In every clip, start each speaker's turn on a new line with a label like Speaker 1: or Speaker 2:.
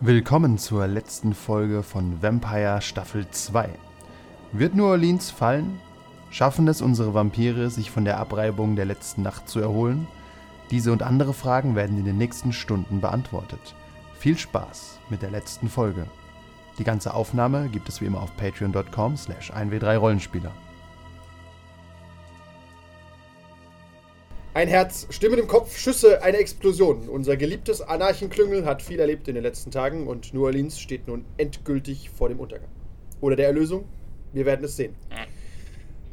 Speaker 1: Willkommen zur letzten Folge von Vampire Staffel 2. Wird New Orleans fallen? Schaffen es unsere Vampire, sich von der Abreibung der letzten Nacht zu erholen? Diese und andere Fragen werden in den nächsten Stunden beantwortet. Viel Spaß mit der letzten Folge. Die ganze Aufnahme gibt es wie immer auf patreon.com slash 1w3rollenspieler.
Speaker 2: Ein Herz, Stimmen im Kopf, Schüsse, eine Explosion. Unser geliebtes Anarchenklüngel hat viel erlebt in den letzten Tagen und New Orleans steht nun endgültig vor dem Untergang. Oder der Erlösung. Wir werden es sehen.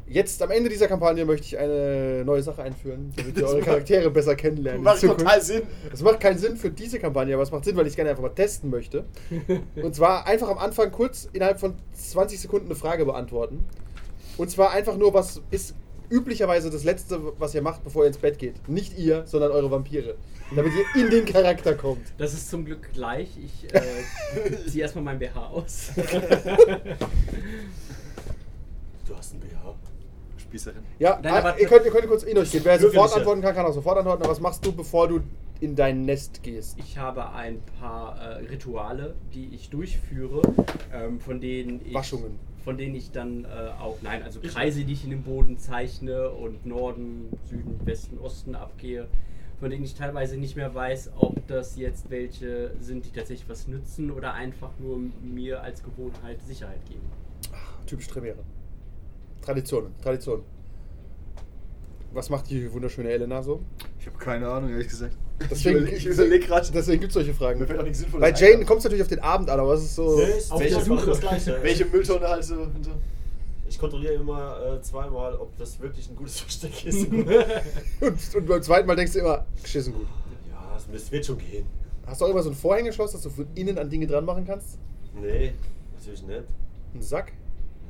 Speaker 2: Jetzt am Ende dieser Kampagne möchte ich eine neue Sache einführen, damit ihr eure Charaktere besser kennenlernen. in
Speaker 3: Macht
Speaker 2: Zukunft.
Speaker 3: total Sinn.
Speaker 2: Es macht keinen Sinn für diese Kampagne, aber es macht Sinn, weil ich es gerne einfach mal testen möchte. Und zwar einfach am Anfang kurz innerhalb von 20 Sekunden eine Frage beantworten. Und zwar einfach nur, was ist üblicherweise das Letzte, was ihr macht, bevor ihr ins Bett geht. Nicht ihr, sondern eure Vampire. Damit ihr in den Charakter kommt.
Speaker 4: Das ist zum Glück gleich. Ich äh, ziehe erstmal mein BH aus.
Speaker 3: Du hast ein BH. Spießerin.
Speaker 2: Ja,
Speaker 4: Nein,
Speaker 2: ah,
Speaker 4: aber-
Speaker 2: ihr, könnt, ihr könnt kurz in euch gehen. Wer
Speaker 3: Nur
Speaker 2: sofort
Speaker 3: Gewisse.
Speaker 2: antworten kann, kann auch sofort antworten. Aber was machst du, bevor du in dein Nest gehst?
Speaker 4: ich habe ein paar äh, Rituale, die ich durchführe, ähm, von denen ich.
Speaker 2: Waschungen.
Speaker 4: Von denen ich dann äh, auch, nein, also Kreise, die ich in den Boden zeichne und Norden, Süden, Westen, Osten abgehe, von denen ich teilweise nicht mehr weiß, ob das jetzt welche sind, die tatsächlich was nützen oder einfach nur mir als Gewohnheit Sicherheit geben.
Speaker 2: Typisch Tremere. Traditionen, Traditionen. Was macht die wunderschöne Elena so?
Speaker 3: Ich habe keine Ahnung, ehrlich gesagt.
Speaker 2: Deswegen,
Speaker 3: ich überlege gerade.
Speaker 2: Deswegen gibt es solche Fragen.
Speaker 3: Mir fällt auch nichts Sinnvolles
Speaker 2: Bei
Speaker 3: ein,
Speaker 2: Jane
Speaker 3: aber-
Speaker 2: kommt es natürlich auf den Abend an, aber es ist so.
Speaker 5: Selbst
Speaker 4: Auf
Speaker 5: wenn
Speaker 4: der
Speaker 5: ich mache
Speaker 4: Suche.
Speaker 5: das Gleiche.
Speaker 3: Welche Mülltonne halt so. und so.
Speaker 5: Ich kontrolliere immer äh, zweimal, ob das wirklich ein gutes Versteck ist.
Speaker 2: Und, und beim zweiten Mal denkst du immer, geschissen gut.
Speaker 5: ja, es müsste- wird schon gehen.
Speaker 2: Hast du auch immer so ein Vorhängeschloss, dass du von innen an Dinge dran machen kannst?
Speaker 5: Nee, natürlich nicht.
Speaker 2: Ein Sack?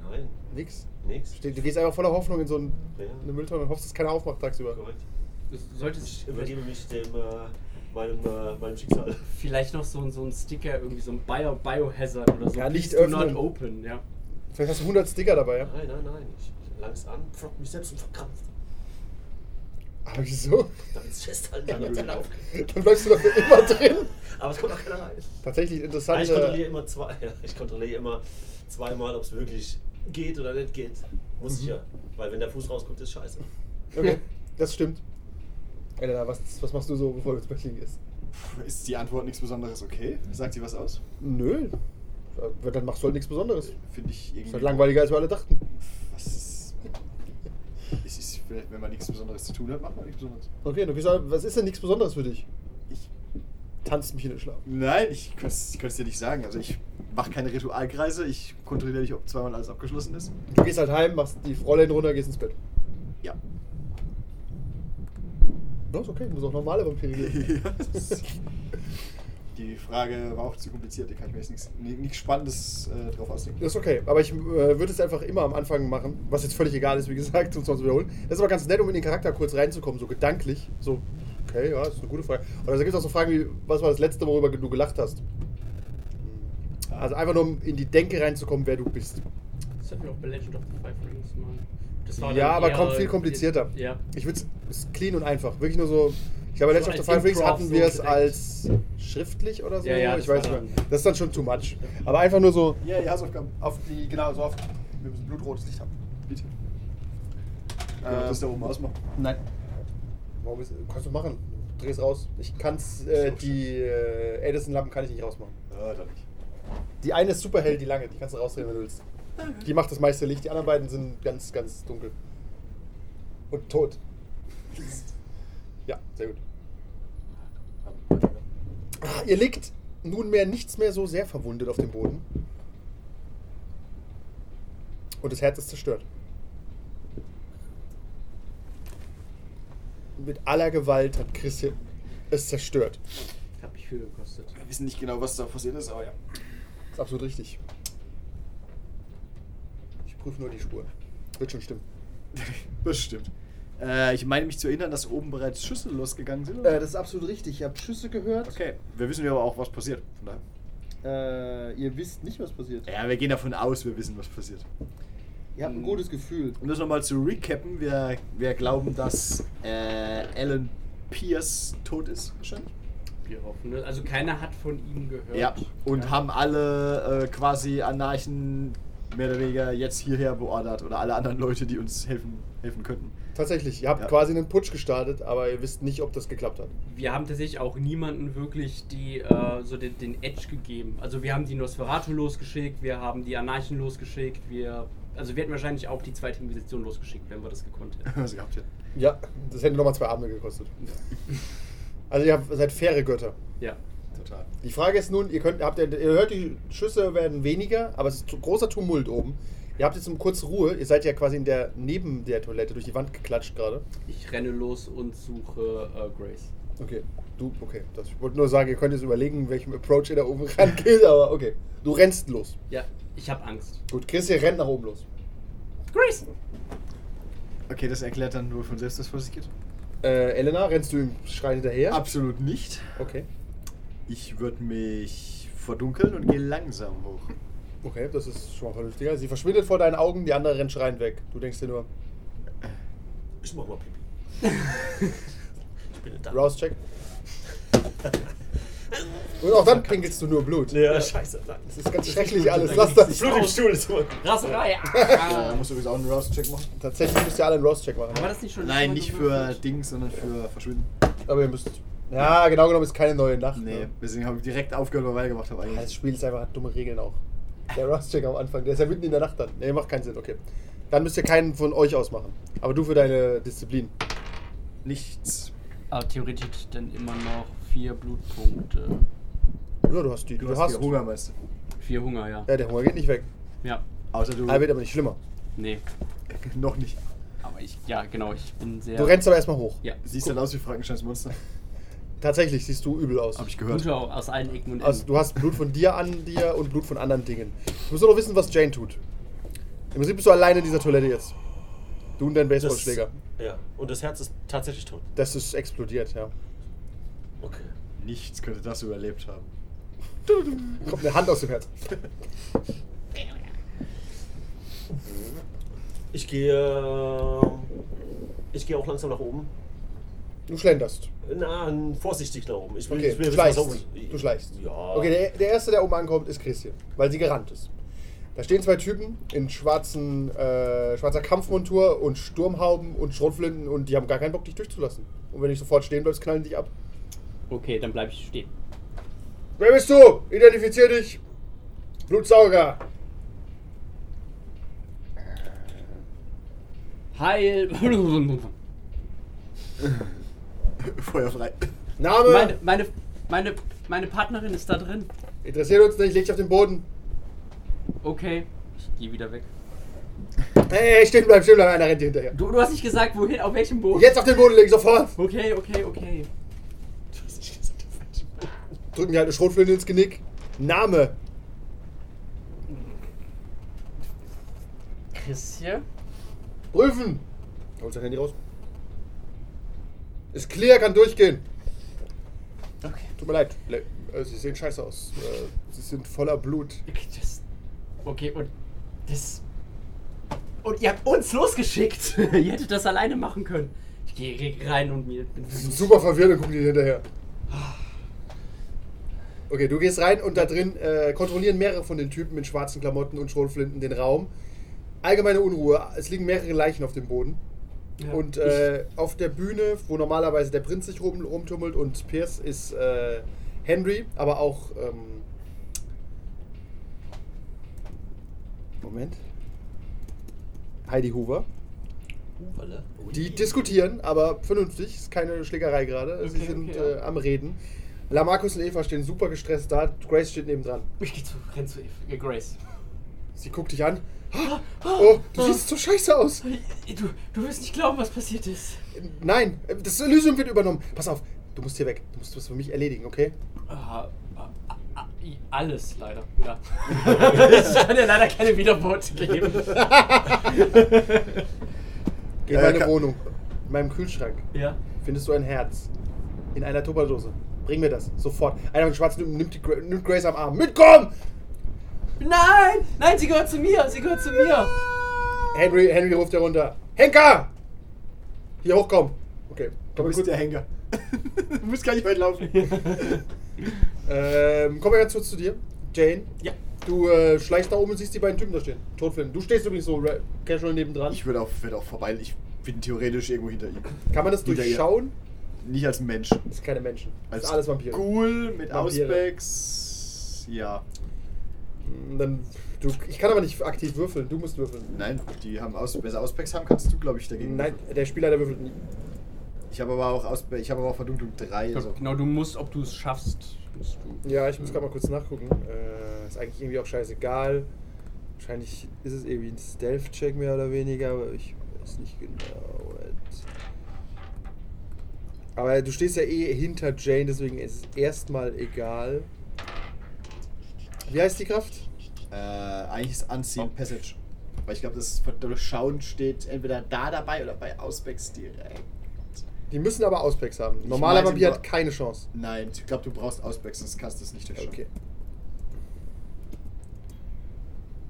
Speaker 5: Nein,
Speaker 2: Nix.
Speaker 5: nix.
Speaker 2: Ste- Du gehst einfach voller Hoffnung in so ein,
Speaker 5: Ja.
Speaker 2: eine Mülltonne und hoffst, dass keiner aufmacht tagsüber.
Speaker 5: Korrekt.
Speaker 4: Du solltest
Speaker 5: Ich übergebe mich dem, äh, meinem, äh, meinem Schicksal.
Speaker 4: Vielleicht noch so, ein- so ein Sticker, irgendwie so ein Bio, Biohazard oder so.
Speaker 2: Ja, nicht
Speaker 4: Please do
Speaker 2: öffnen.
Speaker 4: not open, ja.
Speaker 2: Vielleicht hast du 100 Sticker dabei, ja?
Speaker 5: Nein, nein, nein. Ich lang es an, pflock mich selbst und verkrampft.
Speaker 2: Aber Ah, wieso?
Speaker 5: Damit es festhalten kann, ob es laufen
Speaker 2: Dann bleibst du dafür immer drin.
Speaker 5: Aber es kommt auch keiner rein.
Speaker 2: Tatsächlich
Speaker 5: Nein, ich kontrolliere
Speaker 2: interessante.
Speaker 5: immer, zwei, ja, ich kontrolliere immer zweimal, ob es wirklich geht oder nicht geht. Muss
Speaker 2: Mhm.
Speaker 5: ich ja. Weil wenn der Fuß rauskommt, ist scheiße.
Speaker 2: Okay, das stimmt. Elena, was, was machst du so, bevor du ins Bett gehst?
Speaker 3: Ist die Antwort nichts Besonderes okay? Sagt sie was aus?
Speaker 2: Nö. Dann machst du halt nichts Besonderes.
Speaker 3: Finde ich irgendwie.
Speaker 2: Ist halt langweiliger, als wir alle dachten.
Speaker 3: Was ist. Es ist vielleicht, wenn man nichts Besonderes zu tun hat, macht man nichts Besonderes.
Speaker 2: Okay, du gehst, halt, was ist denn nichts Besonderes für dich?
Speaker 3: Ich.
Speaker 2: Tanzt mich in den Schlaf.
Speaker 3: Nein, ich könnte es dir nicht sagen. Also ich mache keine Ritualkreise. Ich kontrolliere nicht, ob zweimal alles abgeschlossen ist.
Speaker 2: Du gehst halt heim, machst die Fräulein runter, gehst ins Bett.
Speaker 3: Ja.
Speaker 2: Das ist okay, muss auch normale Vampire geben.
Speaker 3: Die Frage war auch zu kompliziert, da kann ich mir jetzt nichts- nichts Spannendes äh, drauf ausdenken.
Speaker 2: Das ist okay, aber ich äh, würde es einfach immer am Anfang machen, was jetzt völlig egal ist, wie gesagt, um sonst sonst wiederholen. Das ist aber ganz nett, um in den Charakter kurz reinzukommen, so gedanklich. So, okay, ja, ist eine gute Frage. Oder da gibt es auch so Fragen wie, was war das letzte, worüber du gelacht hast? Also einfach nur, um in die Denke reinzukommen, wer du bist.
Speaker 4: Das hatten wir auch bei Legend of the Five Rings mal. Das war
Speaker 2: ja,
Speaker 4: dann
Speaker 2: aber
Speaker 4: eher-
Speaker 2: kommt viel komplizierter.
Speaker 4: Ja.
Speaker 2: Ich würde es clean und einfach. Wirklich nur so. Ich glaube,
Speaker 4: So
Speaker 2: Legend of the
Speaker 4: als
Speaker 2: Five Rings
Speaker 4: Improv
Speaker 2: hatten
Speaker 4: so
Speaker 2: wir es
Speaker 4: direkt.
Speaker 2: als schriftlich oder so.
Speaker 4: Ja, ja,
Speaker 2: ich
Speaker 4: das
Speaker 2: weiß
Speaker 4: war
Speaker 2: nicht mehr.
Speaker 4: dann-
Speaker 2: Das ist dann schon too much. Aber einfach nur so. äh,
Speaker 3: Ja, die Hausaufgaben. Auf die, genau, so auf. Wir müssen blutrotes Licht haben. Bitte. Ähm,
Speaker 2: Äh,
Speaker 3: Genau, das da oben ausmachen.
Speaker 2: Nein. Warum ist, kannst du machen. Dreh es raus. Ich kann's. Äh,
Speaker 3: So,
Speaker 2: die äh, Edison-Lampen kann ich nicht rausmachen.
Speaker 3: Ja, dann Ah, nicht.
Speaker 2: Die eine ist super hell, die lange. Die kannst du rausdrehen, wenn du willst. Die macht das meiste Licht. Die anderen beiden sind ganz, ganz dunkel. Und tot. Ja, sehr gut. Ah, Ihr liegt nunmehr nichts mehr so sehr verwundet auf dem Boden. Und das Herz ist zerstört. Mit aller Gewalt hat Christian es zerstört.
Speaker 4: Hab ich viel gekostet.
Speaker 3: Wir wissen nicht genau, was da passiert ist, aber ja.
Speaker 2: Ist absolut richtig. Ich prüfe nur die Spur. Wird schon stimmen.
Speaker 3: Das stimmt. Äh, ich meine mich zu erinnern, dass oben bereits Schüsse losgegangen sind.
Speaker 2: Äh, das ist absolut richtig. Ihr habt Schüsse gehört.
Speaker 3: okay. Wir wissen ja aber auch, was passiert. Von daher.
Speaker 2: Äh, ihr wisst nicht, was passiert.
Speaker 3: Ja, wir gehen davon aus, wir wissen, was passiert.
Speaker 2: Ihr habt ein gutes Gefühl.
Speaker 3: Um das nochmal zu recappen, wir, wir glauben, dass äh, Alan Pierce tot ist, wahrscheinlich.
Speaker 4: Beispiel hoffen. ne? Also keiner hat von ihm gehört.
Speaker 3: Ja, und haben alle äh, quasi Anarchen mehr oder weniger jetzt hierher beordert oder alle anderen Leute, die uns helfen, helfen könnten.
Speaker 2: Tatsächlich, ihr habt
Speaker 3: Ja.
Speaker 2: quasi einen Putsch gestartet, aber ihr wisst nicht, ob das geklappt hat.
Speaker 4: Wir haben tatsächlich auch niemanden wirklich die, äh, so den, den Edge gegeben. Also wir haben die Nosferatu losgeschickt, wir haben die Anarchen losgeschickt, wir. Also wir hätten wahrscheinlich auch die zweite Inquisition losgeschickt, wenn wir das gekonnt hätten.
Speaker 3: Wenn wir es gehabt hätten.
Speaker 2: Ja, das hätte nochmal zwei Abende gekostet. Also ihr habt- seid faire Götter.
Speaker 4: Ja.
Speaker 3: Total.
Speaker 2: Die Frage ist nun, ihr könnt, habt ihr, ihr hört, die Schüsse werden weniger, aber es ist zu- großer Tumult oben. Ihr habt jetzt um kurz Ruhe, ihr seid ja quasi in der, neben der Toilette durch die Wand geklatscht gerade.
Speaker 4: Ich renne los und suche äh, Grace.
Speaker 2: Okay, du, okay, das, ich wollte nur sagen, ihr könnt jetzt überlegen, welchem Approach ihr da oben rangeht, aber okay. Du rennst los.
Speaker 4: Ja, ich habe Angst.
Speaker 2: Gut, Chris, ihr rennt nach oben los.
Speaker 4: Grace!
Speaker 3: Okay, das erklärt dann nur von selbst, dass was geht.
Speaker 2: Äh, Elena, rennst du ihm schreien hinterher?
Speaker 3: Absolut nicht.
Speaker 2: Okay,
Speaker 3: Ich würde mich verdunkeln und gehe langsam hoch.
Speaker 2: okay, das ist schon mal vernünftiger. Sie verschwindet vor deinen Augen, die andere rennt schreiend weg. Du denkst dir nur,
Speaker 5: Ich mach mal Pipi. ich bin da.
Speaker 2: Rouse-Check. Und auch dann pinkelst du nur Blut.
Speaker 5: Ja, scheiße. Nein.
Speaker 2: Das ist ganz schrecklich alles. Lass das.
Speaker 5: Blut im Stuhl ist immer gut.
Speaker 4: Raserei!
Speaker 3: Da
Speaker 4: Ah.
Speaker 3: musst du übrigens auch einen Rouse-Check machen.
Speaker 2: Tatsächlich müsst ihr alle einen Rouse-Check machen.
Speaker 4: War das nicht schon
Speaker 3: Nein,
Speaker 4: letztes
Speaker 3: nicht
Speaker 4: Mal so
Speaker 3: für
Speaker 4: wirklich?
Speaker 3: Dings, sondern für Verschwinden.
Speaker 2: Aber ihr müsst. Ja, genau genommen ist keine neue Nacht.
Speaker 3: Nee,
Speaker 2: Ne?
Speaker 3: deswegen habe ich direkt aufgehört, weil ich weitergemacht habe
Speaker 2: Ja, Das
Speaker 3: eigentlich.
Speaker 2: Spiel ist einfach hat dumme Regeln auch. Der Rouse-Check am Anfang, der ist ja mitten in der Nacht dann. Nee, macht keinen Sinn, okay. Dann müsst ihr keinen von euch ausmachen. Aber du für deine Disziplin.
Speaker 3: Nichts.
Speaker 4: Aber theoretisch hätte ich dann immer noch vier Blutpunkte.
Speaker 2: Ja, du hast die,
Speaker 3: Du, hast, hast Hunger, meinst du?
Speaker 4: Vier Hunger, ja.
Speaker 2: Ja, der Hunger geht nicht weg.
Speaker 4: Ja.
Speaker 3: Außer du.
Speaker 2: Er wird aber nicht schlimmer.
Speaker 4: Nee.
Speaker 3: noch nicht.
Speaker 4: Aber ich, ja, genau, ich bin sehr.
Speaker 2: Du rennst aber erstmal hoch.
Speaker 4: Ja.
Speaker 3: Siehst dann aus wie Frankensteins Monster.
Speaker 2: Tatsächlich siehst du übel aus.
Speaker 3: Habe ich gehört.
Speaker 4: Blut auch aus allen Ecken und Enden.
Speaker 2: Also, du hast Blut von dir an dir und Blut von anderen Dingen. Du musst nur noch wissen, was Jane tut. Im Prinzip bist du alleine in dieser Toilette jetzt. Du und dein Baseballschläger.
Speaker 5: Ja, und das Herz ist tatsächlich tot.
Speaker 2: Das ist explodiert, ja.
Speaker 5: Okay.
Speaker 3: Nichts könnte das überlebt haben.
Speaker 2: Kommt eine Hand aus dem Herz.
Speaker 5: Ich gehe. Ich gehe auch langsam nach oben.
Speaker 2: Du schlenderst.
Speaker 5: Na, vorsichtig nach oben. Ich will,
Speaker 2: Okay,
Speaker 5: ich will
Speaker 2: du
Speaker 5: wissen, was
Speaker 2: schleichst.
Speaker 5: oben-
Speaker 2: Du schleichst.
Speaker 5: Ja.
Speaker 2: Okay, der, der erste, der oben ankommt, ist Christian, weil sie gerannt ist. Da stehen zwei Typen in schwarzen, äh, schwarzer Kampfmontur und Sturmhauben und Schrotflinten und die haben gar keinen Bock, dich durchzulassen. Und wenn du nicht sofort stehen bleibst, knallen die dich ab.
Speaker 4: Okay, dann bleibe ich stehen.
Speaker 2: Wer bist du? Identifizier dich! Blutsauger!
Speaker 4: Heil.
Speaker 3: Feuer frei.
Speaker 2: Name!
Speaker 4: meine, meine, meine, meine Partnerin ist da drin.
Speaker 2: Interessiert uns nicht, leg dich auf den Boden.
Speaker 4: Okay. Ich gehe wieder weg.
Speaker 2: Hey, hey, stehen bleiben, stehen bleiben, einer rennt dir hinterher.
Speaker 4: Du, du hast nicht gesagt, wohin, auf welchem Boot?
Speaker 2: Jetzt auf den Boden legen, sofort!
Speaker 4: Okay, okay, okay.
Speaker 5: Du hast nicht gesagt, das ist falsch.
Speaker 2: Drücken dir halt eine Schrotflinte ins Genick. Name!
Speaker 4: Chris hier?
Speaker 2: Prüfen! Holt sein Handy raus. Ist clear, kann durchgehen.
Speaker 4: Okay.
Speaker 2: Tut mir leid. Le äh, sie sehen scheiße aus. Äh, sie sind voller Blut.
Speaker 4: Okay, Das, okay, und das. Und ihr habt uns losgeschickt. ihr hättet das alleine machen können. Ich gehe rein und mir.
Speaker 2: Sie sind super verwirrt und gucken dir hinterher. Okay, du gehst rein und da drin äh, kontrollieren mehrere von den Typen mit schwarzen Klamotten und Schrotflinten den Raum. Allgemeine Unruhe. Es liegen mehrere Leichen auf dem Boden.
Speaker 4: Ja.
Speaker 2: Und äh, auf der Bühne, wo normalerweise der Prinz sich rum, rumtummelt und Pierce ist äh, Henry, aber auch. Ähm, Moment. Heidi Hoover.
Speaker 5: Huberle.
Speaker 2: Die diskutieren, aber vernünftig. Ist keine Schlägerei gerade. Sie
Speaker 4: Okay,
Speaker 2: sind
Speaker 4: okay, ja.
Speaker 2: äh, am Reden. Lamarcus und Eva stehen super gestresst da. Grace steht nebendran.
Speaker 4: Ich gehe zu, renn zu Eve- äh, Grace.
Speaker 2: Sie guckt dich an.
Speaker 4: Ah,
Speaker 2: Oh, du siehst so scheiße aus.
Speaker 4: Äh, Du, du wirst nicht glauben, was passiert ist.
Speaker 2: Nein, das Elysium wird übernommen. Pass auf, du musst hier weg. Du musst was für mich erledigen, okay?
Speaker 4: Ah, ah, ah, i- alles leider. Ja. es hat ja leider keine Wiederworte gegeben.
Speaker 2: Geh in
Speaker 3: Ja,
Speaker 2: meine
Speaker 3: kann-
Speaker 2: Wohnung. In meinem Kühlschrank
Speaker 4: ja.
Speaker 2: findest du ein Herz. In einer Tupperdose. Bring mir das. Sofort. Einer mit schwarzen Lippen nimmt, die Gra nimmt Grace am Arm. Mitkommen!
Speaker 4: Nein! Nein, sie gehört zu mir! Sie gehört zu mir!
Speaker 2: Henry, Henry ruft herunter. Henker! Hier hochkommen. Okay.
Speaker 3: Du
Speaker 2: Komm
Speaker 3: bist der Henker. du musst gar nicht weit laufen.
Speaker 2: Ähm, kommen wir ganz kurz zu dir. Jane,
Speaker 4: Ja.
Speaker 2: du äh, schleichst da oben und siehst die beiden Typen da stehen. Totfilm. Du stehst übrigens so ra- casual nebendran.
Speaker 3: Ich würde auch, würd auch vorbei. Ich bin theoretisch irgendwo hinter ihm.
Speaker 2: Kann man das
Speaker 3: Hinter ihr.
Speaker 2: durchschauen?
Speaker 3: Nicht als Mensch.
Speaker 2: Das sind keine Menschen. Das
Speaker 3: Als
Speaker 2: ist alles Vampire.
Speaker 3: Ghoul mit
Speaker 2: Vampire.
Speaker 3: Auspex. Ja.
Speaker 2: Mm, Dann, du, ich kann aber nicht aktiv würfeln. Du musst würfeln.
Speaker 3: Nein, die haben Aus wenn sie Auspex haben, kannst du, glaube ich, dagegen.
Speaker 2: Nein, der Spieler, der würfelt nie.
Speaker 3: Ich habe aber auch Auspex, ich habe aber auch Verdunklung 3. Also.
Speaker 4: Genau, du musst, ob du es schaffst, musst du.
Speaker 2: Ja, ich muss gerade mal kurz nachgucken. Äh, ist eigentlich irgendwie auch scheißegal. Wahrscheinlich ist es irgendwie ein Stealth-Check mehr oder weniger, aber ich weiß nicht genau. Aber du stehst ja eh hinter Jane, deswegen ist es erstmal egal. Wie heißt die Kraft?
Speaker 3: Äh, eigentlich ist Unseen Passage. Weil ich glaube, das Schauen steht entweder da dabei oder bei Auspex direkt.
Speaker 2: Die müssen aber Auspacks haben.
Speaker 3: Ich
Speaker 2: Normaler
Speaker 3: weiß
Speaker 2: Vampir
Speaker 3: im
Speaker 2: hat
Speaker 3: Bra-
Speaker 2: keine Chance.
Speaker 3: Nein, ich glaube, du brauchst Auspex, sonst kannst du es nicht durchschauen.
Speaker 2: Okay.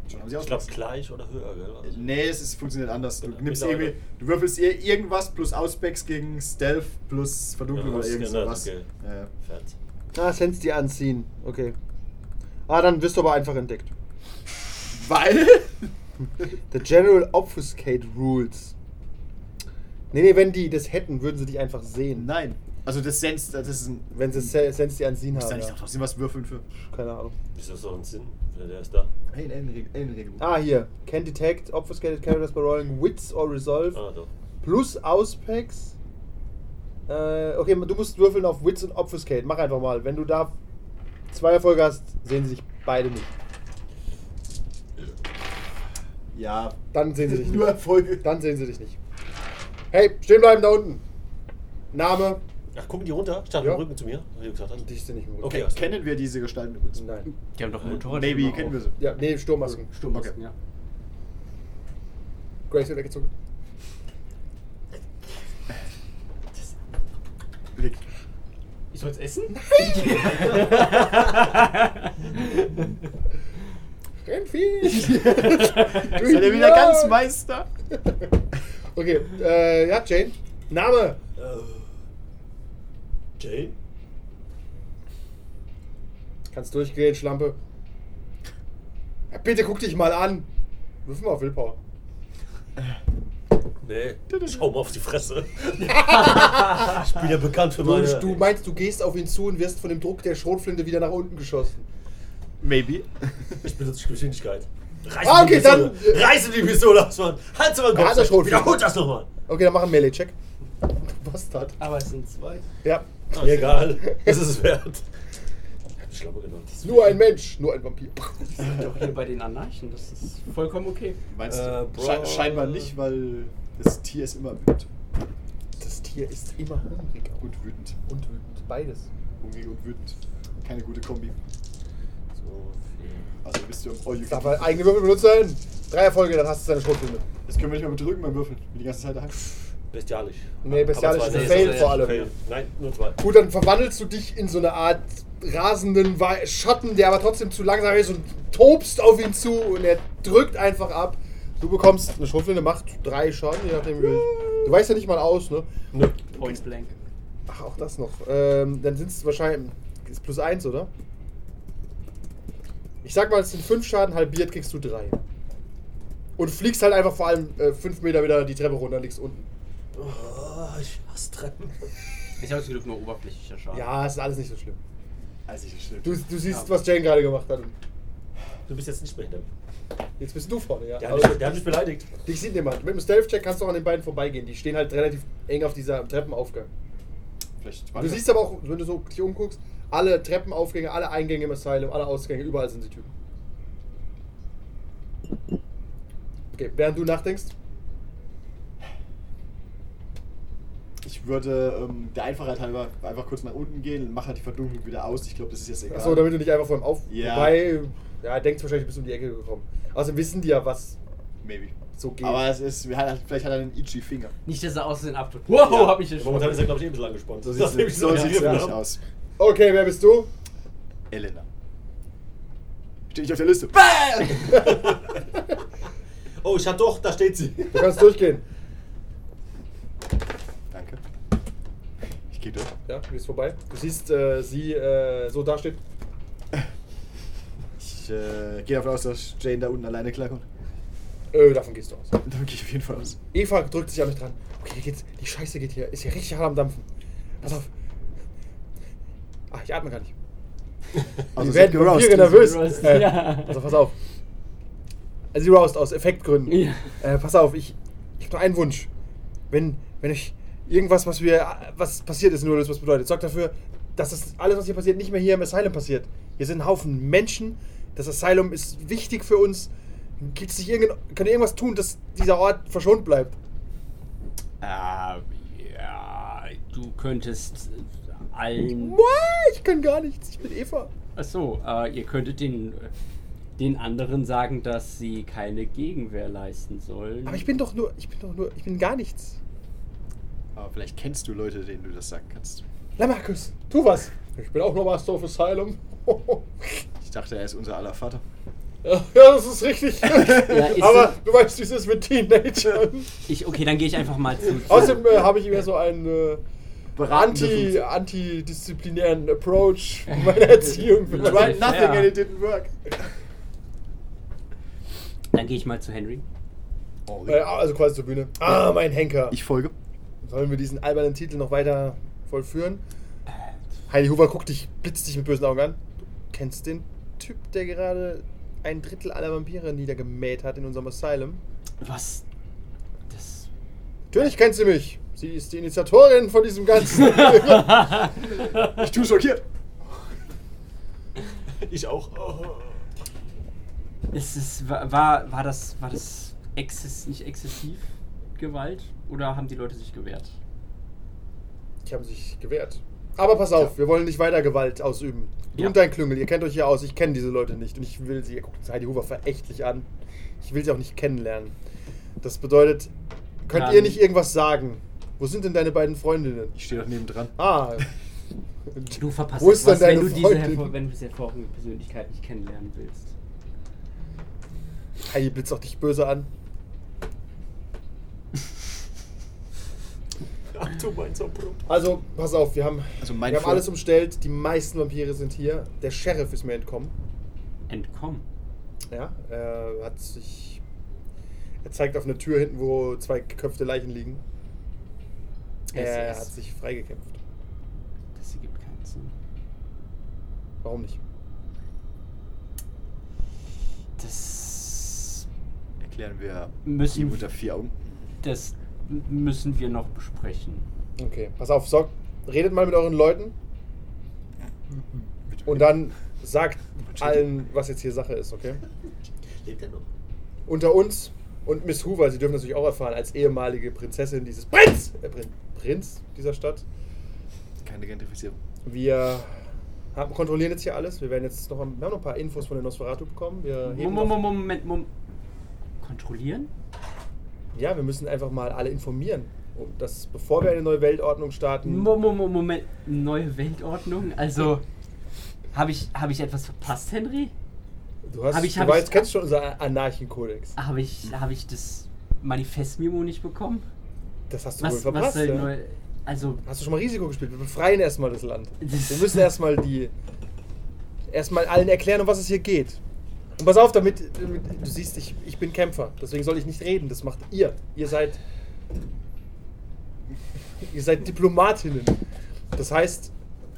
Speaker 3: Schon haben sie
Speaker 5: Ich glaube
Speaker 3: Auspex.
Speaker 5: gleich oder höher, gell? Also-
Speaker 3: Nee, es ist, funktioniert anders. Du
Speaker 5: Genau.
Speaker 3: nimmst
Speaker 5: Genau.
Speaker 3: irgendwie, du würfelst ihr irgendwas plus Auspex gegen Stealth plus Verdunklung
Speaker 5: Ja,
Speaker 3: oder
Speaker 5: das
Speaker 3: irgend
Speaker 5: genau,
Speaker 3: sowas.
Speaker 5: okay.
Speaker 3: Ja.
Speaker 5: Fett.
Speaker 2: Ah, Sense die anziehen. Okay. Ah, dann wirst du aber einfach entdeckt.
Speaker 3: Weil?
Speaker 2: The General Obfuscate Rules. Nee, nee, wenn die das hätten, würden sie dich einfach sehen.
Speaker 3: Nein. Also das Sense, das ist ein.
Speaker 2: Wenn sie Se- Sense die anziehen
Speaker 3: Muss da
Speaker 2: haben.
Speaker 3: nicht
Speaker 2: Ja.
Speaker 3: noch trotzdem was würfeln für.
Speaker 2: Keine Ahnung.
Speaker 5: Ist das so ein Sinn? Ja, Der ist da.
Speaker 3: Hey, in Ellenreg- Ellenregelung.
Speaker 2: Ah, hier. Can detect obfuscated characters by rolling wits or resolve.
Speaker 5: Ah, doch.
Speaker 2: Plus Auspacks. Äh, okay, du musst würfeln auf Wits und Obfuscate. Mach einfach mal. Wenn du da zwei Erfolge hast, sehen sie dich beide nicht.
Speaker 3: Ja.
Speaker 2: Dann sehen sie dich
Speaker 3: Nur
Speaker 2: nicht.
Speaker 3: Erfolge.
Speaker 2: Dann sehen sie dich nicht. Hey, stehen bleiben da unten. Name.
Speaker 5: Ach, gucken die runter? Ich dachte,
Speaker 2: Ja.
Speaker 5: im Rücken zu mir. Wie du gesagt hast.
Speaker 2: Dich sind nicht im Rücken.
Speaker 5: Okay.
Speaker 3: Ke- Kennen wir diese Gestalten übrigens?
Speaker 2: Nein.
Speaker 4: Die haben doch Motorrad.
Speaker 3: Maybe, kennen wir sie.
Speaker 2: Ja, nee, Sturmmasken.
Speaker 4: Sturmmasken,
Speaker 3: Okay.
Speaker 4: ja.
Speaker 2: Grace wird weggezogen.
Speaker 3: Blick.
Speaker 4: Ich soll's essen?
Speaker 2: Rennvieh!
Speaker 3: Seid ihr wieder
Speaker 2: Idiot!
Speaker 3: ganz Meister?
Speaker 2: Okay, äh, ja, Jane. Name!
Speaker 5: Äh, Jane?
Speaker 2: Kannst durchgehen, Schlampe. Ja, bitte guck dich mal an! Wirf mal auf Willpower.
Speaker 5: Nee. Schau mal auf die Fresse. ich bin ja bekannt für
Speaker 2: Du,
Speaker 5: meine.
Speaker 2: du meinst, du gehst auf ihn zu und wirst von dem Druck der Schrotflinte wieder nach unten geschossen.
Speaker 3: Maybe.
Speaker 5: Ich benutze Geschwindigkeit. Reiß
Speaker 2: Ah,
Speaker 5: mir die
Speaker 2: okay, dann-
Speaker 5: Pistole. Reiße die Pistole aus, Mann! Halt's mal den
Speaker 2: Da hat er
Speaker 5: Kopf!
Speaker 2: schon.
Speaker 5: Wiederholt das nochmal!
Speaker 2: Okay, dann mach einen Melee-Check. Du Bastard.
Speaker 4: Aber es sind zwei.
Speaker 2: Ja.
Speaker 5: Mir Egal, es ist es wert. Ich hab die Schlappe genommen.
Speaker 2: Nur ein Mensch, nur ein Vampir.
Speaker 4: Die sind doch hier bei den Anarchen. Das ist vollkommen okay.
Speaker 3: Meinst
Speaker 5: Äh,
Speaker 3: du?
Speaker 5: Bro.
Speaker 3: Schein- scheinbar nicht, weil das Tier ist immer wütend.
Speaker 2: Das Tier ist immer hungrig
Speaker 3: Und wütend.
Speaker 2: und wütend. Beides.
Speaker 3: Hungrig und wütend. Keine gute Kombi.
Speaker 5: So viel.
Speaker 3: Also bist du am All you
Speaker 2: Darf er eigene Würfel benutzen? Drei Erfolge, dann hast du seine Schrotflinte.
Speaker 3: Das können wir nicht mal bedrücken beim Würfeln. Wie die ganze Zeit daheim.
Speaker 5: Bestialisch.
Speaker 2: Nee, bestialisch
Speaker 5: Aber
Speaker 2: ist
Speaker 5: zwei-
Speaker 2: ein
Speaker 5: nee,
Speaker 2: Fail
Speaker 5: ist
Speaker 2: vor
Speaker 5: ein
Speaker 2: allem.
Speaker 5: Fail. Nein, nur zwei.
Speaker 2: Gut, dann verwandelst du dich in so eine Art rasenden Wa- Schatten, der aber trotzdem zu langsam ist und tobst auf ihn zu und er drückt einfach ab. Du bekommst eine Schrotflinte, macht drei Schaden, je nachdem wie. Du weißt ja nicht mal aus, ne?
Speaker 5: Nö.
Speaker 4: Point blank.
Speaker 2: Ach, auch das noch. Ähm, dann sind es wahrscheinlich. Ist plus eins, oder? Ich sag mal, es sind fünf Schaden, halbiert kriegst du drei. Und fliegst halt einfach vor allem äh, fünf Meter wieder die Treppe runter, liegst unten.
Speaker 5: Oh, ich hasse Treppen.
Speaker 4: Ich habe zum Glück nur oberflächlicher Schaden.
Speaker 2: Ja, es ist alles nicht so schlimm.
Speaker 3: Also ich stimmt.
Speaker 2: Du, du siehst,
Speaker 4: Ja.
Speaker 2: was Jane gerade gemacht hat.
Speaker 5: Du bist jetzt nicht mehr hinter mir.
Speaker 2: Jetzt bist du vorne, ja. Also,
Speaker 5: Der,
Speaker 2: Aber
Speaker 5: hat mich- der hat mich beleidigt.
Speaker 2: dich sieht niemand. Mit dem Stealth-Check kannst du auch an den beiden vorbeigehen. Die stehen halt relativ eng auf dieser Treppenaufgang.
Speaker 3: Vielleicht
Speaker 2: Du siehst aber auch, wenn du so dich umguckst, alle Treppenaufgänge, alle Eingänge im Asylum, alle Ausgänge, überall sind die Typen. Okay, während du nachdenkst,
Speaker 3: Ich würde ähm, der Einfachheit halber einfach kurz nach unten gehen und mache halt die Verdunklung wieder aus. Ich glaube, das ist jetzt egal.
Speaker 2: achso, damit du nicht einfach vor ihm auf.
Speaker 3: Ja.
Speaker 2: Wobei, ja, er denkt wahrscheinlich, du bist um die Ecke gekommen. Also wissen die ja, was
Speaker 3: Maybe.
Speaker 2: so geht.
Speaker 3: Aber es ist, wir hat, vielleicht hat er einen itchy Finger.
Speaker 4: Nicht, dass er aussehen abdrückt. Wow,
Speaker 5: Ja.
Speaker 4: Oh, hab ich hier
Speaker 5: Momentan ist er, glaube ich, eh ein bisschen angespannt.
Speaker 3: So sieht es
Speaker 5: Nachdem ich
Speaker 3: nämlich so
Speaker 5: ihn
Speaker 3: sieht's
Speaker 5: angegriffen
Speaker 3: nämlich
Speaker 5: habe.
Speaker 3: aus.
Speaker 2: okay, wer bist du?
Speaker 3: Elena. Stehe ich auf der Liste. Bam!
Speaker 5: Oh, ich hab doch, da steht sie.
Speaker 2: Du kannst durchgehen.
Speaker 3: Danke. Ich Ich gehe durch.
Speaker 2: Ja, du gehst vorbei. Du siehst äh, sie äh, so dasteht.
Speaker 3: Ich äh, gehe davon aus, dass Jane da unten alleine klarkommt.
Speaker 2: Äh, davon gehst du aus.
Speaker 3: Davon gehe ich auf jeden Fall aus.
Speaker 2: Eva drückt sich an mich dran. Okay, hier geht's. Die Scheiße geht hier. Ist hier richtig hart am Dampfen. Pass auf. Ah, ich atme gar nicht. Wir
Speaker 3: Also
Speaker 2: werden
Speaker 3: sind geroust.
Speaker 2: Vampire nervös.
Speaker 4: Roast,
Speaker 2: Äh,
Speaker 4: ja.
Speaker 2: Also pass auf. Also die Roust aus Effektgründen.
Speaker 4: Ja.
Speaker 2: Äh, pass auf, ich, ich habe nur einen Wunsch. Wenn, wenn ich irgendwas, was wir, was passiert ist, nur das was bedeutet, sorgt dafür, dass das alles, was hier passiert, nicht mehr hier im Asylum passiert. Hier sind ein Haufen Menschen. Das Asylum ist wichtig für uns. Gibt es nicht irgendein, können wir irgendwas tun, dass dieser Ort verschont bleibt?
Speaker 4: Ähm, ja, du könntest allen.
Speaker 2: Mua, ich kann gar nichts. Ich bin Eva.
Speaker 4: Achso, äh, ihr könntet den, den anderen sagen, dass sie keine Gegenwehr leisten sollen.
Speaker 2: Aber ich bin doch nur, ich bin doch nur, ich bin gar nichts.
Speaker 3: Aber vielleicht kennst du Leute, denen du das sagen kannst.
Speaker 2: Na, Markus, tu was. Ich bin auch nur Master of Asylum.
Speaker 3: Ich dachte, er ist unser aller Vater.
Speaker 2: Ja, das ist richtig.
Speaker 4: ist
Speaker 2: Aber
Speaker 4: so-
Speaker 2: du weißt, wie es ist mit Teenagern.
Speaker 4: Ich, okay, dann gehe ich einfach mal zu. zu
Speaker 2: Außerdem äh, habe ich immer so einen äh,
Speaker 3: Beratende
Speaker 2: anti,
Speaker 3: Funktion.
Speaker 2: antidisziplinären Approach in meiner Erziehung.
Speaker 4: Right,
Speaker 2: Right
Speaker 4: nothing and it
Speaker 2: didn't work.
Speaker 4: dann gehe ich mal zu Henry.
Speaker 2: Äh, also quasi zur Bühne. Ah, mein Henker.
Speaker 3: Ich folge.
Speaker 2: Sollen wir diesen albernen Titel noch weiter vollführen? Heidi Hoover guckt dich, blitzt dich mit bösen Augen an. Du kennst den Typ, der gerade ein Drittel aller Vampire niedergemäht hat in unserem Asylum?
Speaker 4: Was? Das.
Speaker 2: Natürlich kennt sie mich. Sie ist die Initiatorin von diesem Ganzen.
Speaker 3: Ich tue schockiert.
Speaker 5: Ich auch. Oh.
Speaker 4: Es ist, war, war, war das, war das exzess, nicht exzessiv Gewalt oder haben die Leute sich gewehrt?
Speaker 2: Die haben sich gewehrt. Aber pass auf, wir wollen nicht weiter Gewalt ausüben. Du
Speaker 4: Ja.
Speaker 2: und dein Klüngel, ihr kennt euch hier aus. Ich kenne diese Leute nicht und ich will sie. Ihr guckt Heidi Hoover verächtlich an. Ich will sie auch nicht kennenlernen. Das bedeutet, könnt
Speaker 4: Dann-
Speaker 2: ihr nicht irgendwas sagen? Wo sind denn deine beiden Freundinnen?
Speaker 3: Ich stehe doch nebendran.
Speaker 2: Ah.
Speaker 4: Du verpasst
Speaker 2: Wo ist
Speaker 4: was,
Speaker 2: denn
Speaker 4: wenn
Speaker 2: deine
Speaker 4: du diese
Speaker 2: Freundin?
Speaker 4: hervor, wenn du diese hervorragende Persönlichkeit nicht kennenlernen willst.
Speaker 2: Heidi blitzt auch dich böse an.
Speaker 5: Ach, du meinst abrupt.
Speaker 2: Also, pass auf, wir haben,
Speaker 3: Also mein
Speaker 2: wir haben
Speaker 3: Vor-
Speaker 2: alles umstellt. Die meisten Vampire sind hier. Der Sheriff ist mir entkommen.
Speaker 4: Entkommen.
Speaker 2: Ja, äh, hat sich. Er zeigt auf eine Tür hinten, wo zwei geköpfte Leichen liegen. Er
Speaker 4: Es- es-
Speaker 2: hat sich freigekämpft.
Speaker 4: Das ergibt keinen Sinn.
Speaker 2: Warum nicht?
Speaker 4: Das
Speaker 3: Erklären wir
Speaker 4: Müssen-
Speaker 3: ihm unter vier Augen.
Speaker 4: Das m- müssen wir noch besprechen.
Speaker 2: Okay, pass auf, sorgt, redet mal mit euren Leuten und dann sagt allen, was jetzt hier Sache ist, okay?
Speaker 5: Lebt er noch?
Speaker 2: Unter uns und Miss Hoover, sie dürfen natürlich auch erfahren, als ehemalige Prinzessin dieses Prinz, äh, Prin- Prinz dieser Stadt.
Speaker 3: Keine Gentrifizierung.
Speaker 2: Wir haben, kontrollieren jetzt hier alles. Wir werden jetzt noch, ein- wir haben noch ein paar Infos von den Nosferatu bekommen. Wir heben
Speaker 4: Moment,
Speaker 2: Äh, noch-
Speaker 4: Moment, Moment, Moment. Kontrollieren?
Speaker 2: Ja, wir müssen einfach mal alle informieren, um das, bevor wir eine neue Weltordnung starten.
Speaker 4: Mo- mo- mo- Moment, neue Weltordnung? Also, habe ich, hab ich etwas verpasst, Henry?
Speaker 2: Du hast,
Speaker 4: Hab ich- Ah.
Speaker 2: du
Speaker 4: hab
Speaker 2: weißt,
Speaker 4: ich-
Speaker 2: kennst schon unser Anarchenkodex.
Speaker 4: Habe ich, hab ich das Manifest-Memo nicht bekommen?
Speaker 2: Das hast du wohl
Speaker 4: Was, was
Speaker 2: verpasst. ne?
Speaker 4: soll
Speaker 2: ja.
Speaker 4: neu. Also,
Speaker 2: Hast du schon mal Risiko gespielt? Wir befreien erstmal das Land.
Speaker 4: Das-
Speaker 2: Wir müssen erstmal die. Erstmal allen erklären, um was es hier geht. Und pass auf, damit, damit du siehst, ich, ich bin Kämpfer. Deswegen soll ich nicht reden. Das macht ihr. Ihr seid. Ihr seid Diplomatinnen. Das heißt,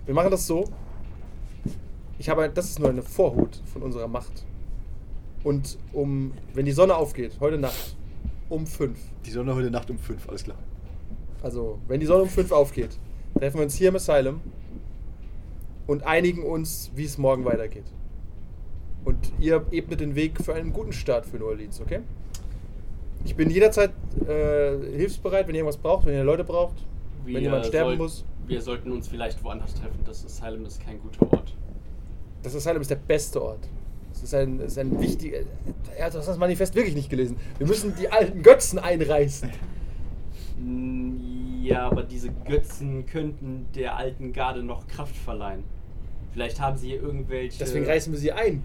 Speaker 2: wir machen das so. Ich habe. ein- Das ist nur eine Vorhut von unserer Macht. Und um. Wenn die Sonne aufgeht, heute Nacht, um fünf.
Speaker 3: Die Sonne heute Nacht um fünf, alles klar.
Speaker 2: Also, wenn die Sonne um 5 aufgeht, treffen wir uns hier im Asylum und einigen uns, wie es morgen weitergeht. Und ihr ebnet den Weg für einen guten Start für New Orleans, okay? Ich bin jederzeit äh, hilfsbereit, wenn ihr irgendwas braucht, wenn ihr Leute braucht, wenn jemand sterben muss.
Speaker 4: Wir sollten uns vielleicht woanders treffen. Das Asylum ist kein guter Ort.
Speaker 2: Das Asylum ist der beste Ort. Es ist ein, es ist ein äh, wichtiger. Er hat das Manifest wirklich nicht gelesen. Wir müssen die alten Götzen einreißen.
Speaker 4: Hm, Ja, aber diese Götzen könnten der alten Garde noch Kraft verleihen. Vielleicht haben sie irgendwelche.
Speaker 2: Deswegen reißen wir sie ein.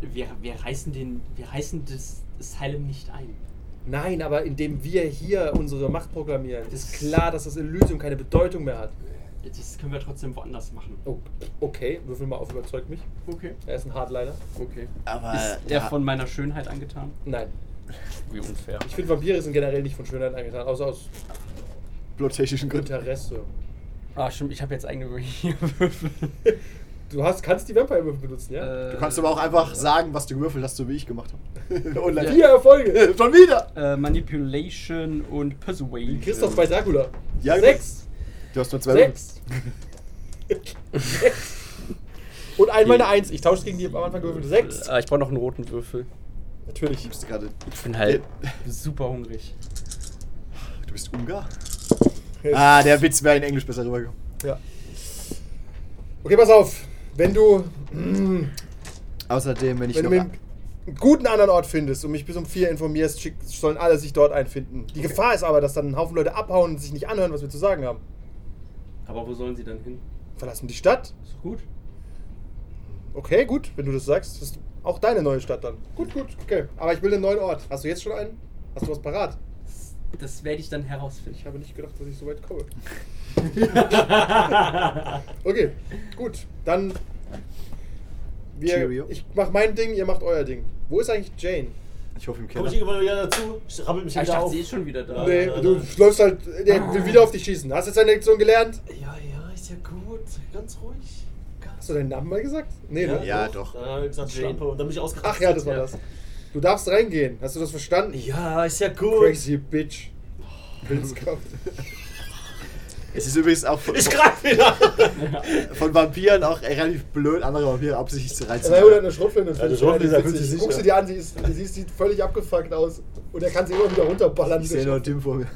Speaker 4: Wir, wir reißen den. Wir reißen das Asylum nicht ein.
Speaker 2: Nein, aber indem wir hier unsere Macht proklamieren,
Speaker 4: Das-
Speaker 2: ist klar, dass das Elysium keine Bedeutung mehr hat.
Speaker 4: Das können wir trotzdem woanders machen.
Speaker 2: Oh, okay, würfel mal auf, überzeugt mich.
Speaker 4: Okay.
Speaker 2: Er ist ein Hardliner.
Speaker 4: Okay.
Speaker 3: Aber
Speaker 4: Ist er von meiner Schönheit angetan?
Speaker 2: Nein.
Speaker 4: Wie unfair.
Speaker 2: Ich finde, Vampire sind generell nicht von Schönheit angetan, außer aus
Speaker 3: blutechischen Gründen.
Speaker 2: Interesse.
Speaker 4: Ah, stimmt, ich habe jetzt eigene Würfel.
Speaker 2: Du hast, kannst die Vampire-Würfel benutzen, ja?
Speaker 4: Äh,
Speaker 3: Du kannst aber auch einfach sagen, was du gewürfelt hast, so wie ich gemacht habe. Online.
Speaker 2: Vier Erfolge!
Speaker 3: Schon wieder!
Speaker 4: Äh, Manipulation und Persuasion.
Speaker 2: Du kriegst das bei Dracula.
Speaker 3: Ja, gut.
Speaker 2: Sechs!
Speaker 3: Du hast nur zwei
Speaker 2: Sechs! Sechs. Und einmal eine Eins. Ich tausche es gegen die am Anfang gewürfelte Sechs.
Speaker 4: Äh, ich brauche noch einen roten Würfel.
Speaker 2: Natürlich.
Speaker 3: Du bist gerade.
Speaker 4: Ich bin halt super hungrig.
Speaker 3: Du bist Ungar? Ah, der Witz wäre in Englisch besser rübergekommen.
Speaker 2: Ja. Okay, pass auf. Wenn du, wenn
Speaker 3: Außerdem, wenn ich
Speaker 2: du
Speaker 3: noch.
Speaker 2: mir einen guten anderen Ort findest und mich bis um vier informierst, schick, sollen alle sich dort einfinden. Die Gefahr ist aber, dass dann ein Haufen Leute abhauen und sich nicht anhören, was wir zu sagen haben.
Speaker 4: Aber wo sollen sie dann hin?
Speaker 2: Verlassen die Stadt.
Speaker 4: Ist doch gut.
Speaker 2: Okay, gut, wenn du das sagst. Das ist auch deine neue Stadt dann. Gut, gut, okay. Aber ich will einen neuen Ort. Hast du jetzt schon einen? Hast du was parat?
Speaker 4: Das, das werde ich dann herausfinden.
Speaker 2: Ich habe nicht gedacht, dass ich so weit komme. Okay, gut. Dann. Wir,
Speaker 3: Cheerio.
Speaker 2: ich mach mein Ding, ihr macht euer Ding. Wo ist eigentlich Jane?
Speaker 3: Ich hoffe, im
Speaker 5: Komm
Speaker 3: Keller.
Speaker 5: ich irgendwann wieder dazu, ich rabbel mich
Speaker 4: Ah, ich
Speaker 5: wieder
Speaker 4: dachte,
Speaker 5: auf.
Speaker 4: sie ist schon wieder da.
Speaker 2: Nee,
Speaker 5: nein,
Speaker 2: du
Speaker 5: nein.
Speaker 2: läufst halt, der will wieder auf dich schießen. Hast du jetzt deine Lektion gelernt?
Speaker 5: Ja, ja, ist ja gut. Ganz ruhig.
Speaker 2: Hast du deinen Namen mal gesagt? Nee, ne?
Speaker 3: Ja, doch.
Speaker 5: Dann habe ich gesagt,
Speaker 4: Jane.
Speaker 5: Schlampe. Und dann bin ich ausgerastet.
Speaker 2: Ach ja, das war das. Du darfst reingehen. Hast du das verstanden?
Speaker 5: Ja, ist ja gut.
Speaker 2: Crazy Bitch. Will's kauft.
Speaker 3: Es ist übrigens auch von,
Speaker 5: Ich greif wieder.
Speaker 3: von Vampiren auch relativ blöd, andere Vampire absichtlich zu reizen.
Speaker 2: Er hat eine Schrotflinte.
Speaker 5: Ja, die Schrotflinte, da fühlt sie sich,
Speaker 2: Guckst du
Speaker 5: ja.
Speaker 2: dir an, sie, ist, sie sieht völlig abgefuckt aus. Und er kann sie immer wieder runterballern.
Speaker 3: Ich sehe nur Tim vor mir.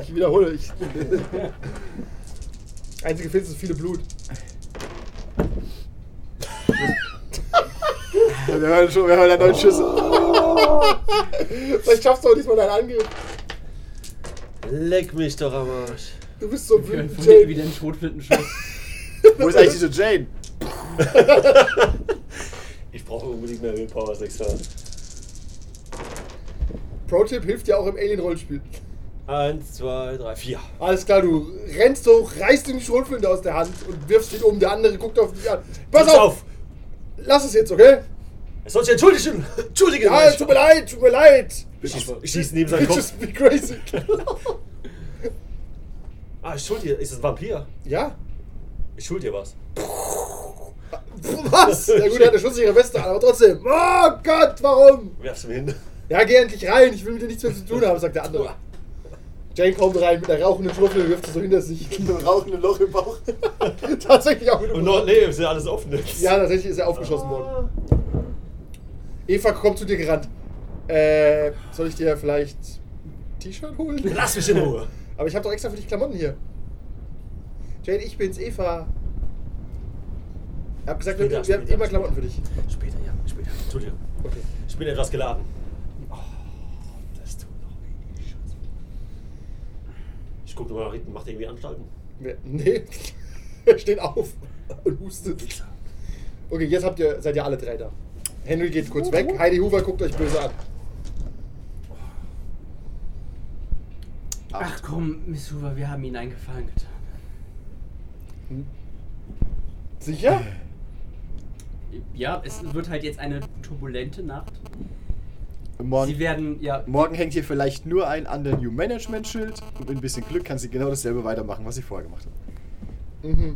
Speaker 2: Ich wiederhole. Ich. Einzige Filz ist viele Blut.
Speaker 3: Wir hören schon, wir hören da neun Schüsse.
Speaker 2: Vielleicht schaffst du auch diesmal deinen Angriff.
Speaker 5: Leck mich doch am Arsch.
Speaker 2: Du bist so
Speaker 4: Wir hören
Speaker 2: wütend,
Speaker 4: von hinten
Speaker 2: Jane.
Speaker 4: wieder einen Schrotflintenschuss.
Speaker 3: Wo ist eigentlich diese Jane?
Speaker 5: Ich brauche unbedingt mehr Willpower 6
Speaker 2: Pro-Tipp hilft dir auch im Alien-Rollenspiel.
Speaker 5: Eins, zwei, drei, vier.
Speaker 2: Alles klar, du rennst hoch, reißt ihm die Schrotflinte aus der Hand und wirfst ihn um. Der andere guckt auf dich an. Pass auf, Lass es jetzt, okay?
Speaker 5: Es soll sich entschuldigen! Entschuldigen!
Speaker 2: Ja, tut mir leid, tut mir leid!
Speaker 5: Ich schieß, ich schieß neben seinen
Speaker 2: Bitches
Speaker 5: Kopf.
Speaker 2: be crazy!
Speaker 5: Ah, ich schuld dir. Ist das ein Vampir?
Speaker 2: ja?
Speaker 5: Ich schuld dir was.
Speaker 2: Was? Ja gut, er hatte schlusssichere Weste an, aber trotzdem. Oh Gott, warum?
Speaker 5: Werfst du mir hin.
Speaker 2: Ja, geh endlich rein, ich will mit dir nichts mehr zu tun haben, sagt der andere. Jane kommt rein mit einer rauchenden Schrotflinte und wirft sie so hinter sich.
Speaker 3: Wir rauchen ein Loch im Bauch.
Speaker 2: tatsächlich auch mit
Speaker 5: Und noch, nee, ist ja alles offen jetzt.
Speaker 2: Ja, tatsächlich ist er aufgeschossen worden.
Speaker 3: Ah.
Speaker 2: Eva kommt zu dir gerannt. Äh, soll ich dir vielleicht ein T-Shirt holen?
Speaker 5: Lass mich in Ruhe.
Speaker 2: Aber ich habe doch extra für dich Klamotten hier. Jane, ich bin's, Eva. Ich hab gesagt, wir,
Speaker 5: Später,
Speaker 2: wir haben
Speaker 5: später,
Speaker 2: immer Klamotten für dich.
Speaker 5: Später, ja, später. Entschuldigung.
Speaker 2: Okay.
Speaker 5: Ich bin etwas geladen. Oh, das tut noch weh, die Scheiße. Ich guck nochmal nach hinten, macht irgendwie Anstalten.
Speaker 2: Wer- Nee. Er steht auf und hustet. Okay, jetzt habt ihr, seid ihr alle drei da. Henry geht kurz weg. Heidi Hoover guckt euch böse an.
Speaker 4: Ach komm, Miss Hoover, wir haben ihnen einen Gefallen getan.
Speaker 3: Hm?
Speaker 2: Sicher?
Speaker 4: Ja, es wird halt jetzt eine turbulente Nacht. Sie
Speaker 3: Morgen,
Speaker 4: werden, ja,
Speaker 3: morgen hängt hier vielleicht nur ein an der New Management Schild und mit ein bisschen Glück kann sie genau dasselbe weitermachen, was sie vorher gemacht hat.
Speaker 2: Mhm. Mhm,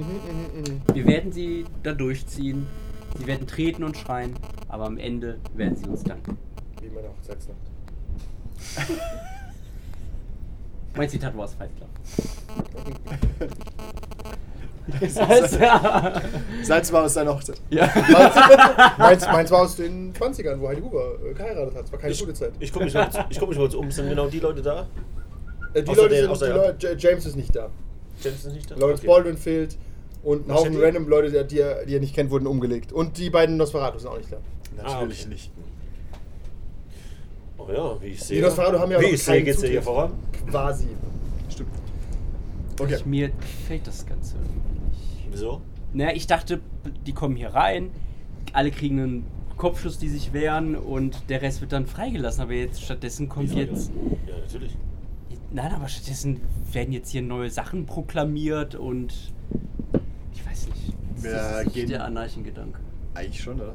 Speaker 2: mhm, mhm.
Speaker 4: wir werden sie da durchziehen. Sie werden treten und schreien, aber am Ende werden sie uns danken.
Speaker 2: Wie meine Hochzeitsnacht.
Speaker 4: Mein Zitat war aus Fight Club.
Speaker 3: Salz war aus seiner Hochzeit.
Speaker 4: ja.
Speaker 2: meins, meins war aus den 20ern, wo Heidi Huber äh, geheiratet hat. Es war keine
Speaker 5: ich,
Speaker 2: gute Zeit.
Speaker 5: Ich guck mich mal, ich guck mich mal kurz um. Sind genau die Leute da?
Speaker 2: Äh, die
Speaker 5: außer
Speaker 2: Leute
Speaker 5: der-
Speaker 2: sind,
Speaker 5: außer
Speaker 2: die
Speaker 5: der-
Speaker 2: Leute, J- James ist nicht da.
Speaker 5: James ist nicht da?
Speaker 2: Lawrence
Speaker 5: Okay.
Speaker 2: Baldwin fehlt. Und ein
Speaker 5: Was
Speaker 2: Haufen
Speaker 5: hätte-
Speaker 2: random Leute, die, die, er- die er nicht kennt, wurden umgelegt. Und die beiden Nosferatu sind auch nicht da.
Speaker 3: Natürlich
Speaker 5: okay.
Speaker 3: nicht.
Speaker 5: Oh ja, wie ich sehe.
Speaker 2: Die Nosferatu haben ja
Speaker 5: Wie
Speaker 2: noch
Speaker 5: ich sehe,
Speaker 2: keinen
Speaker 5: geht's dir hier
Speaker 2: Zugriff.
Speaker 5: voran.
Speaker 2: Quasi.
Speaker 3: Stimmt.
Speaker 4: Ich, mir gefällt das Ganze irgendwie nicht.
Speaker 5: Wieso?
Speaker 4: Naja, ich dachte, die kommen hier rein, alle kriegen einen Kopfschuss, die sich wehren und der Rest wird dann freigelassen. Aber jetzt stattdessen kommt
Speaker 5: Wie
Speaker 4: jetzt.
Speaker 5: soll das? Ja, natürlich.
Speaker 4: Nein, aber stattdessen werden jetzt hier neue Sachen proklamiert und ich weiß nicht. Das
Speaker 3: Wir
Speaker 4: ist nicht
Speaker 3: gehen-
Speaker 4: der Anarchengedanke.
Speaker 3: Eigentlich schon, oder?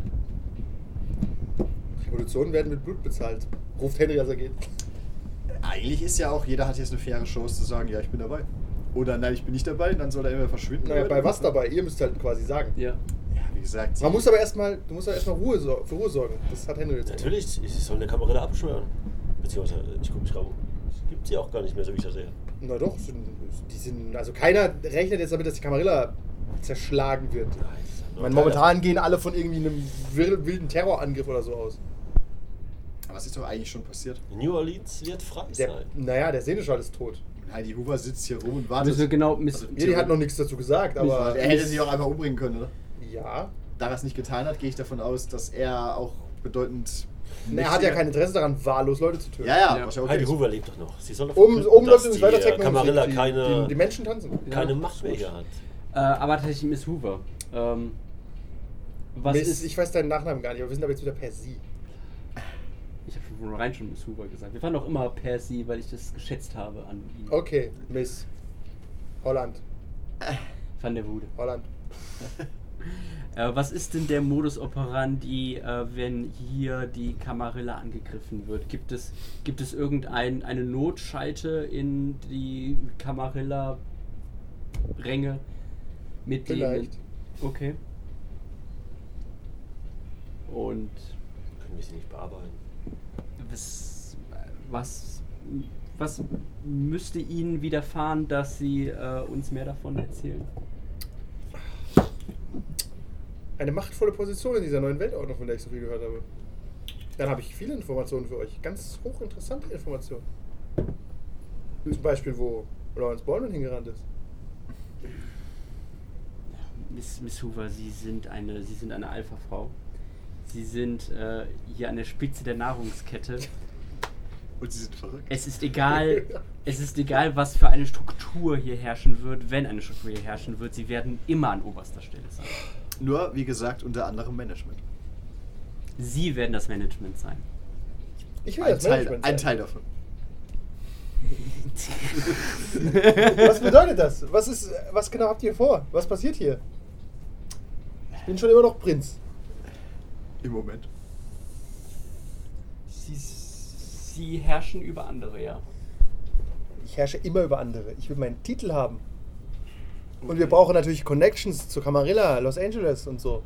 Speaker 2: Revolutionen werden mit Blut bezahlt. Ruft Henry, als er geht.
Speaker 3: Eigentlich ist ja auch, jeder hat jetzt eine faire Chance zu sagen, ja, ich bin dabei. Oder nein, ich bin nicht dabei, dann soll er immer verschwinden.
Speaker 2: Naja,
Speaker 3: Oder-
Speaker 2: bei was dabei? Ihr müsst halt quasi sagen.
Speaker 4: Ja.
Speaker 3: Ja, wie gesagt.
Speaker 2: Man muss aber erstmal, du musst aber erstmal Ruhe, sor- für Ruhe sorgen. Das hat Henry jetzt.
Speaker 5: Natürlich, ich soll eine Kamera da abschwören. Beziehungsweise, ich gucke mich gerade um. Es gibt sie auch gar nicht mehr, so wie ich das sehe.
Speaker 2: Na doch, sind, die sind, also keiner rechnet jetzt damit, dass die Camarilla zerschlagen wird.
Speaker 5: Nein, das ist ein
Speaker 2: Ich meine,
Speaker 5: Neuteil.
Speaker 2: momentan gehen alle von irgendwie einem wir- wilden Terrorangriff oder so aus.
Speaker 3: Was ist doch eigentlich schon passiert?
Speaker 5: New Orleans wird frei
Speaker 2: Der,
Speaker 5: sein.
Speaker 2: naja, der Seneschal ist tot.
Speaker 3: Heidi Hoover sitzt hier rum und
Speaker 4: Müssen wir
Speaker 3: wartet.
Speaker 4: genau miss
Speaker 2: Ja, Also, die hat noch nichts dazu gesagt, aber.
Speaker 3: Er hätte sich auch einfach umbringen können, oder?
Speaker 2: Ja.
Speaker 3: Da er es nicht getan hat, gehe ich davon aus, dass er auch bedeutend.
Speaker 2: Na, er hat ja kein Interesse daran, wahllos Leute zu töten.
Speaker 3: Ja, ja,
Speaker 4: Ja.
Speaker 3: was ja okay.
Speaker 5: Heidi
Speaker 3: ist.
Speaker 5: Hoover lebt doch noch. Sie soll doch
Speaker 2: Um,
Speaker 5: verkünden,
Speaker 2: um das
Speaker 5: dass
Speaker 2: nicht
Speaker 5: die
Speaker 2: weiter zu
Speaker 5: äh,
Speaker 2: erklären,
Speaker 5: Camarilla
Speaker 2: die- die-
Speaker 5: keine,
Speaker 2: Die, die Menschen tanzen.
Speaker 5: keine
Speaker 4: Ja,
Speaker 5: Macht mehr hier hat.
Speaker 4: Äh, aber tatsächlich Miss Hoover. Ähm, was
Speaker 2: Mist,
Speaker 4: ist.
Speaker 2: ich weiß deinen Nachnamen gar nicht, aber wir sind aber jetzt wieder per Sie.
Speaker 4: Ich habe schon rein schon Miss Hoover gesagt. Wir waren auch immer Percy, weil ich das geschätzt habe an ihm.
Speaker 2: Okay, Miss. Holland.
Speaker 4: Van der Wude.
Speaker 2: Holland.
Speaker 4: Äh, was ist denn der Modus operandi, äh, wenn hier die Kamarilla angegriffen wird? Gibt es, gibt es irgendein eine Notschalte in die Kamarilla-Ränge? Mit denen-
Speaker 2: Vielleicht.
Speaker 4: Okay. Und
Speaker 5: Können wir sie nicht bearbeiten.
Speaker 4: was, was, was müsste ihnen widerfahren, dass sie äh, uns mehr davon erzählen?
Speaker 2: Eine machtvolle Position in dieser neuen Weltordnung, von der ich so viel gehört habe. Dann habe ich viele Informationen für euch. Ganz hochinteressante Informationen. Zum Beispiel, wo Lawrence Baldwin hingerannt ist.
Speaker 4: Miss, Miss Hoover, Sie sind eine, Sie sind eine Alpha-Frau. Sie sind äh, hier an der Spitze der Nahrungskette.
Speaker 3: Und sie sind verrückt.
Speaker 4: Es ist egal, es ist egal, was für eine Struktur hier herrschen wird, wenn eine Struktur hier herrschen wird. Sie werden immer an oberster Stelle sein.
Speaker 3: Nur, wie gesagt, unter anderem Management.
Speaker 4: Sie werden das Management sein.
Speaker 2: Ich will
Speaker 3: Ein
Speaker 2: das
Speaker 3: Teil,
Speaker 2: Management.
Speaker 3: ein
Speaker 2: sein.
Speaker 3: Teil davon.
Speaker 2: Was bedeutet das? Was, ist, was genau habt ihr vor? Was passiert hier? Ich bin schon immer noch Prinz.
Speaker 3: Im Moment.
Speaker 4: Sie, sie herrschen über andere, ja.
Speaker 2: Ich herrsche immer über andere. Ich will meinen Titel haben. Und wir brauchen natürlich Connections zu Camarilla, Los Angeles und so.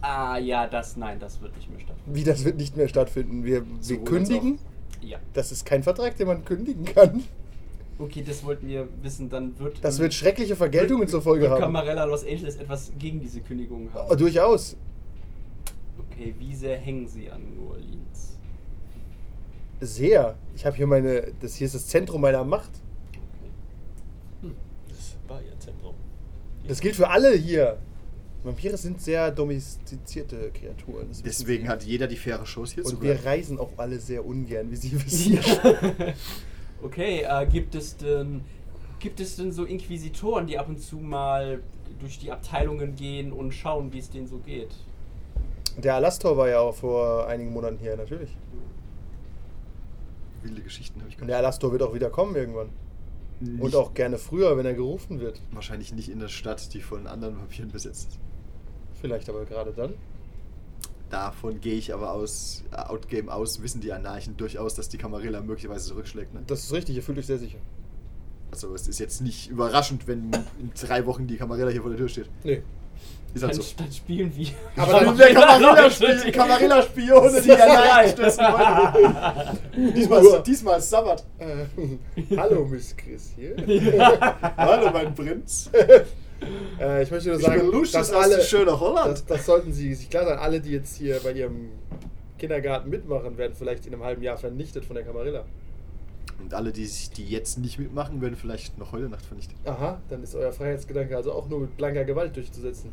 Speaker 4: Ah ja, das, nein, das wird nicht mehr stattfinden.
Speaker 2: Wie das wird nicht mehr stattfinden. Wir,
Speaker 3: So,
Speaker 2: wir
Speaker 3: jetzt
Speaker 2: kündigen.
Speaker 4: Ja.
Speaker 2: Das ist kein Vertrag, den man kündigen kann.
Speaker 4: Okay, das wollten wir wissen, dann wird... ähm,
Speaker 2: Das wird schreckliche Vergeltungen zur Folge
Speaker 4: wird
Speaker 2: haben.
Speaker 4: Camarella Los Angeles etwas gegen diese Kündigung haben.
Speaker 2: Oh, durchaus.
Speaker 4: Okay, wie sehr hängen sie an New Orleans?
Speaker 2: Sehr. Ich habe hier meine. Das hier ist das Zentrum meiner Macht.
Speaker 5: Okay. Das war ihr Zentrum.
Speaker 2: Das gilt für alle hier. Vampire sind sehr domestizierte Kreaturen. das wissen
Speaker 3: Deswegen
Speaker 2: wir.
Speaker 3: hat jeder die faire Chance hier zu
Speaker 2: Und wir
Speaker 3: bleiben.
Speaker 2: reisen auch alle sehr ungern, wie Sie wissen.
Speaker 4: Ja. okay, äh, gibt es denn gibt es denn so Inquisitoren, die ab und zu mal durch die Abteilungen gehen und schauen, wie es denen so geht?
Speaker 2: Der Alastor war ja auch vor einigen Monaten hier, natürlich.
Speaker 3: Wilde Geschichten habe ich
Speaker 2: Und
Speaker 3: gehört.
Speaker 2: der Alastor wird auch wieder kommen irgendwann. Und
Speaker 3: Nicht-
Speaker 2: auch gerne früher, wenn er gerufen wird.
Speaker 3: Wahrscheinlich nicht in der Stadt, die von anderen Vampiren besetzt ist.
Speaker 2: Vielleicht aber gerade dann.
Speaker 3: Davon gehe ich aber aus, äh, Outgame aus, wissen die Anarchen durchaus, dass die Camarilla möglicherweise zurückschlägt. Ne?
Speaker 2: Das ist richtig, ihr fühlt euch sehr sicher.
Speaker 3: Also es ist jetzt nicht überraschend, wenn in drei Wochen die Camarilla hier vor der Tür steht.
Speaker 2: Nee.
Speaker 3: Ist halt
Speaker 4: dann,
Speaker 3: so.
Speaker 4: dann spielen wir.
Speaker 2: Aber dann-
Speaker 4: Spielen wir
Speaker 3: Camarilla
Speaker 4: Leute,
Speaker 3: spielen,
Speaker 4: die-
Speaker 3: Camarilla Spione, die
Speaker 4: Sie
Speaker 3: allein
Speaker 4: sind
Speaker 3: stürzen
Speaker 4: bereit.
Speaker 3: wollen. diesmal, diesmal ist Sabbat.
Speaker 2: Äh, hallo, Miss Chris hier.
Speaker 3: Hallo, mein Prinz.
Speaker 2: Äh, ich möchte nur
Speaker 3: Ich
Speaker 2: sagen,
Speaker 3: bin Lucius
Speaker 2: dass
Speaker 3: aus
Speaker 2: alle,
Speaker 3: dem schönen
Speaker 2: das,
Speaker 3: Holland.
Speaker 2: das sollten Sie sich klar sein, alle, die jetzt hier bei Ihrem Kindergarten mitmachen, werden vielleicht in einem halben Jahr vernichtet von der Camarilla.
Speaker 3: Und alle, die, sich, die jetzt nicht mitmachen, werden vielleicht noch heute Nacht vernichtet.
Speaker 2: Aha, dann ist euer Freiheitsgedanke also auch nur mit blanker Gewalt durchzusetzen.